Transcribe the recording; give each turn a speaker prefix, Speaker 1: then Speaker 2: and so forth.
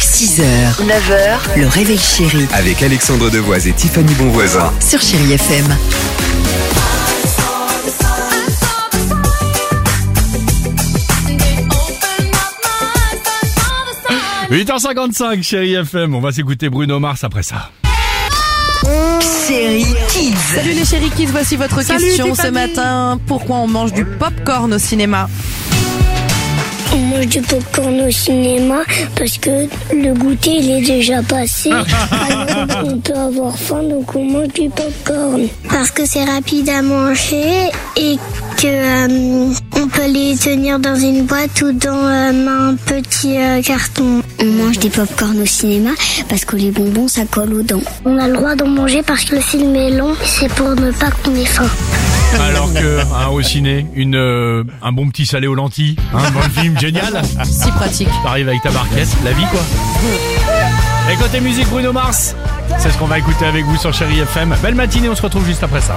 Speaker 1: 6h, 9h, le réveil chéri
Speaker 2: Avec Alexandre Devoise et Tiffany Bonvoisin.
Speaker 1: sur Chéri FM.
Speaker 3: Open up my eyes, but all the
Speaker 4: 8h55, chérie FM, on va s'écouter Bruno Mars après ça.
Speaker 1: Chéri Kids.
Speaker 5: Salut les chéris kids, voici votre question ce matin. Pourquoi on mange du popcorn au cinéma
Speaker 6: On mange du popcorn au cinéma parce que le goûter il est déjà passé. Alors, on peut avoir faim donc on mange du popcorn. Parce que c'est rapide à manger et que euh, on peut les tenir dans une boîte ou dans euh, un petit carton. On mange des popcorn au cinéma parce que les bonbons ça colle aux dents. On a le droit d'en manger parce que le film est long, c'est pour ne pas qu'on ait faim.
Speaker 4: Alors que, hein, au ciné, une, euh, un bon petit salé aux lentilles, un bon film génial.
Speaker 5: Si pratique.
Speaker 4: T'arrives avec ta barquette, la vie quoi. Et côté musique, Bruno Mars, c'est ce qu'on va écouter avec vous sur chérie FM. Belle matinée, on se retrouve juste après ça.